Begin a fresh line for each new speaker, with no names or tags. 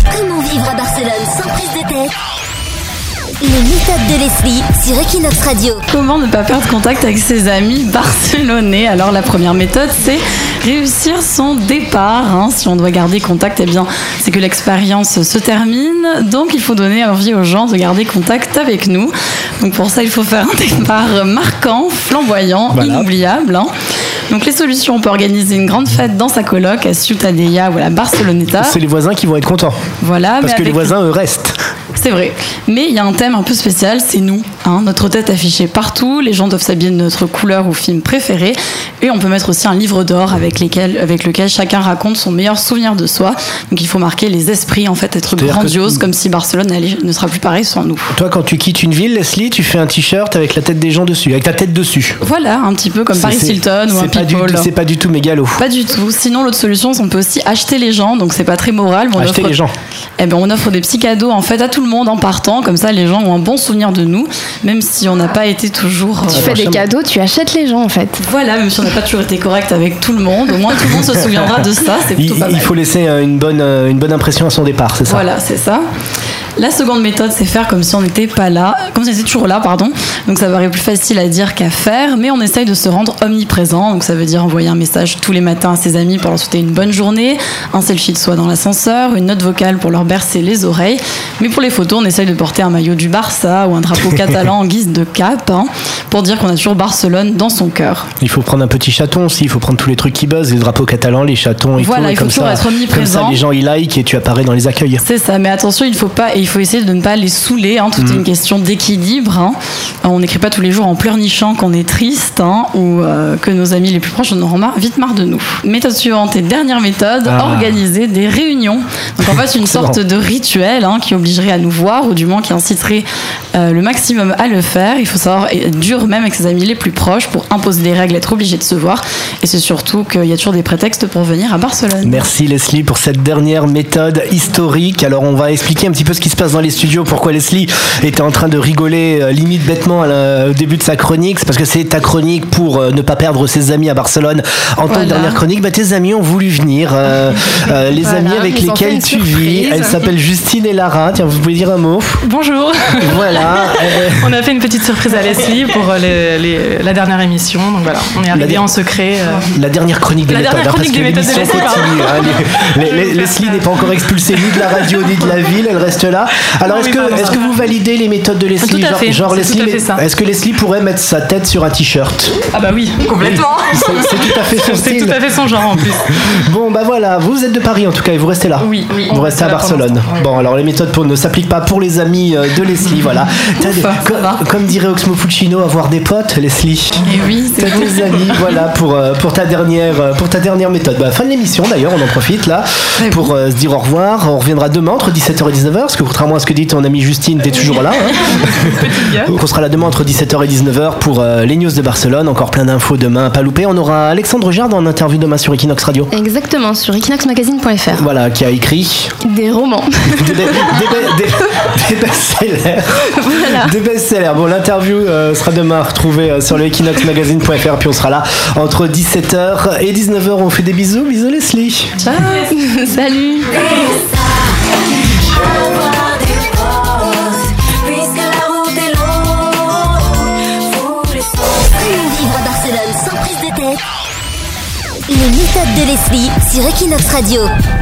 à Barcelone sans prise de tête. Les méthodes de Leslie sur Equinox Radio.
Comment ne pas perdre contact avec ses amis barcelonais Alors la première méthode, c'est réussir son départ. hein. Si on doit garder contact, eh bien, c'est que l'expérience se termine. Donc il faut donner envie aux gens de garder contact avec nous. Donc pour ça, il faut faire un départ marquant, flamboyant,
Voilà.
inoubliable. hein. Donc les solutions, on peut organiser une grande fête dans sa coloc à Ciutadella ou à la Barceloneta.
C'est les voisins qui vont être contents.
Voilà, Ah. mais
Parce que les
avec-
voisins, eux, restent.
c'est vrai. Mais il y a un thème un peu spécial, c'est nous. hein. notre tête affichée partout, les gens doivent s'habiller de notre couleur ou film préféré. Et on peut mettre aussi un livre d'or avec, lesquels- avec lequel chacun raconte son meilleur souvenir de soi. Donc il faut marquer les esprits, en fait, être
C'est-à-dire que-
grandiose, comme si Barcelone n'allait- ne sera plus pareil sans nous.
Toi, quand tu quittes une ville, Leslie, tu fais un t-shirt avec la tête des gens dessus, avec ta tête dessus.
Voilà, un petit peu comme Paris
C'est-
Hilton ou un
c'est pas du
People.
tout- C'est pas du tout mégalo.
Pas du tout. Sinon, l'autre solution, c'est on peut aussi acheter les gens. Donc, c'est pas très moral. mais on
Acheter
offre-
les gens.
Eh ben, on offre des petits cadeaux en fait à tout le monde en partant. Comme ça, les gens ont un bon souvenir de nous, même si on n'a pas été toujours. euh,
Tu fais des
prochaine.
cadeaux, tu achètes les gens en fait.
Voilà, même si on n'a pas toujours été correct avec tout le monde, au moins tout le monde se souviendra de ça. C'est
Il,
plutôt pas
il
mal.
faut laisser euh, une bonne, euh, une bonne impression à son départ, c'est ça
Voilà, c'est ça. La seconde méthode, c'est faire comme si on n'était pas là, comme si on était toujours là, pardon. Donc ça paraît plus facile à dire qu'à faire, mais on essaye de se rendre omniprésent. Donc ça veut dire envoyer un message tous les matins à ses amis pour leur souhaiter une bonne journée, un selfie de soi dans l'ascenseur, une note vocale pour leur bercer les oreilles. Mais pour les photos, on essaye de porter un maillot du Barça ou un drapeau catalan en guise de cap, hein, pour dire qu'on a toujours Barcelone dans son cœur.
Il faut prendre un petit chaton aussi, il faut prendre tous les trucs qui buzzent, les drapeaux catalans, les chatons et
Voilà,
tout. et
il faut
comme
toujours
ça,
être
Comme
omniprésent.
ça, les gens ils like et tu apparais dans les accueils.
C'est ça, mais attention, il faut pas, et il faut essayer de ne pas les saouler. Hein, tout
Mm.
est une question d'équilibre. hein. Euh, On n'écrit pas tous les jours en pleurnichant qu'on est triste hein, ou euh, que nos amis les plus proches en auront marre, vite marre de nous. Méthode suivante et dernière méthode
Ah.
organiser des réunions. Donc en fait, une
C'est
sorte
bon.
de rituel hein, qui obligerait à nous voir ou du moins qui inciterait euh, le maximum à le faire. Il faut savoir être dur même avec ses amis les plus proches pour imposer des règles, être obligé de se voir. Et c'est surtout qu'il y a toujours des prétextes pour venir à Barcelone.
Merci Leslie pour cette dernière méthode historique. Alors on va expliquer un petit peu ce qui se passe dans les studios, pourquoi Leslie était en train de rigoler euh, limite bêtement à la- au début de sa chronique. C'est parce que c'est ta chronique pour euh, ne pas perdre ses amis à Barcelone. En tant
Voilà.
que dernière chronique, bah, tes amis ont voulu venir. euh, euh, les
Voilà,
amis avec
ils ont fait
lesquels
une
tu vis.
surprise.
Elles s'appellent Justine et Lara. Tiens, vous pouvez dire un mot.
Bonjour,
Voilà. Euh,
on a fait une petite surprise à Leslie pour euh, les- les- la dernière émission. Donc voilà, on est arrivé
dernière-
en secret. euh,
La dernière chronique des
La
méthodes,
dernière
hein, parce
chronique
que
des méthodes de
l'émission
Leslie,
continue. hein. Les- les- les-
Je vais
Leslie
faire
n'est pas encore expulsée ni de la radio ni de la ville, elle reste là. Alors
Oui,
est-ce que,
pardon.
est-ce que vous validez les méthodes de Leslie
Tout à
Genre-
fait,
genre
c'est
Leslie,
tout à fait
mais-
ça.
est-ce que Leslie pourrait mettre sa tête sur un t-shirt
Ah bah oui, complètement.
C'est c'est tout à fait son
C'est tout à
style.
fait son genre en plus.
Bon bah voilà, vous êtes de Paris en tout cas et vous restez là.
Oui, oui,
Vous
on
restez à
reste là pour
Barcelone.
l'instant, ouais.
Bon alors les méthodes pour, ne s'appliquent pas pour les amis euh, de Leslie, voilà. T'as des- comme, comme dirait Oxmo Puccino, avoir des potes, Leslie.
Et oui, c'est
T'as tes amis, voilà, pour, euh, pour, ta dernière, euh, pour ta dernière méthode. Bah, fin de l'émission d'ailleurs, on en profite là
Très
pour euh, se dire au revoir. On reviendra demain entre 17h et 19h, parce que contrairement à ce que dit ton ami Justine, t'es toujours là. hein. Donc on sera là demain entre 17h et 19h pour euh, les news de Barcelone. Encore plein d'infos demain à pas louper. On aura Alexandre Jard en interview demain sur Equinox Radio.
Exactement, sur equinoxmagazine.fr.
Voilà, qui a écrit
Des romans.
des, be- des be- des- des best-sellers. Des best-sellers. Bon, l'interview euh, sera demain retrouvée euh, sur le equinoxmagazine.fr. Puis on sera là entre 17h et 19h. On fait des bisous. Bisous, Leslie.
Salut
Avoir des pauses, puisque la route est longue, vous les
Comment vivre à Barcelone sans prise de tête Les méthodes de Leslie sur Equinox Radio.